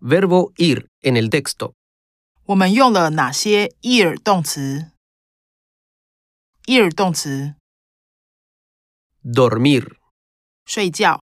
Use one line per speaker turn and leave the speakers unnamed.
verbo ir en el texto.
我们用了哪些 ear 动词？ear 动词，
Dormir,
睡觉、